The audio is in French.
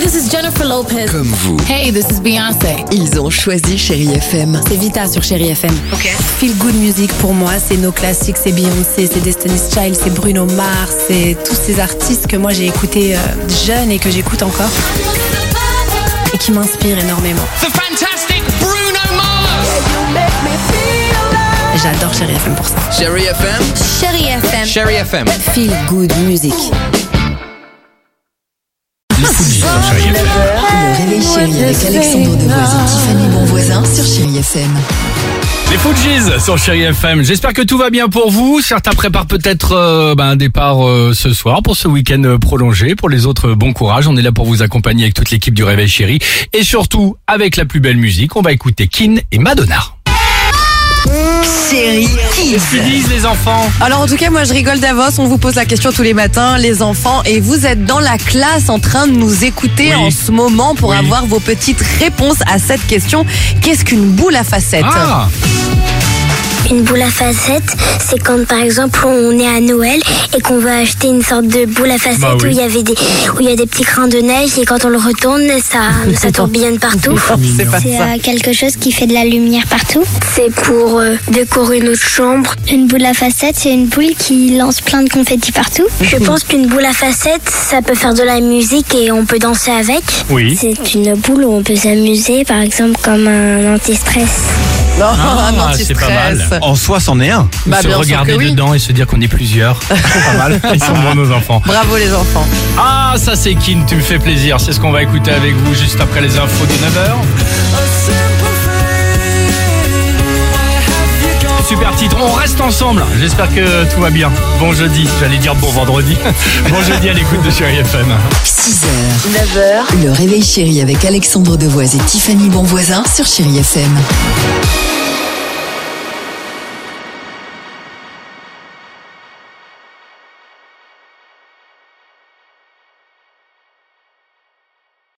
This is Jennifer Lopez. Comme vous, Hey, this is Beyoncé. Ils ont choisi Chérie FM. C'est Vita sur Chéri FM. Ok. Feel Good Music pour moi, c'est nos classiques, c'est Beyoncé, c'est Destiny's Child, c'est Bruno Mars, c'est tous ces artistes que moi j'ai écoutés euh, jeune et que j'écoute encore et qui m'inspirent énormément. the fantastic Bruno Mars. J'adore Chérie FM pour ça. Chérie FM, Chéri FM. Chérie FM. Feel Good Music. Le réveil chéri avec Alexandre Devoise et Tiffany Bonvoisin sur Chérie FM. Les Fujis sur Chéri FM. J'espère que tout va bien pour vous. Certains préparent peut-être euh, ben, un départ euh, ce soir pour ce week-end euh, prolongé. Pour les autres, euh, bon courage. On est là pour vous accompagner avec toute l'équipe du Réveil Chéri et surtout avec la plus belle musique. On va écouter Kin et Madonna. Chérie Kids. Ils disent les enfants. Alors en tout cas, moi je rigole d'avance, on vous pose la question tous les matins, les enfants, et vous êtes dans la classe en train de nous écouter Oui. en ce moment pour Oui. avoir vos petites réponses à cette question. Qu'est-ce qu'une boule à facettes Ah, Une boule à facettes, c'est quand par exemple on est à Noël et qu'on va acheter une sorte de boule à facettes Bah oui. où il y avait des où il y a des petits grains de neige et quand on le retourne ça ça tourbillonne partout. euh, C'est pas ça. quelque chose qui fait de la lumière partout. C'est pour euh, décorer notre chambre. Une boule à facettes, c'est une boule qui lance plein de confettis partout. Je Mmh. pense qu'une boule à facettes, ça peut faire de la musique et on peut danser avec. oui. C'est une boule où on peut s'amuser, par exemple comme un anti-stress. Non, Ah, un c'est pas anti-stress. mal. En soi, c'en est un. Bah, se bien sûr regarder que oui. dedans et se dire qu'on est plusieurs. C'est pas mal. Ils sont bons, nos enfants. Bravo les enfants. Ah, ça c'est Kin, tu me fais plaisir. C'est ce qu'on va écouter avec vous juste après les infos de 9h. Super titre, on reste ensemble. J'espère que tout va bien. Bon jeudi, j'allais dire bon vendredi. Bon jeudi à l'écoute de Chérie FM. 6h, 9h, Le réveil chéri avec Alexandre Devoise et Tiffany Bonvoisin sur Chérie FM.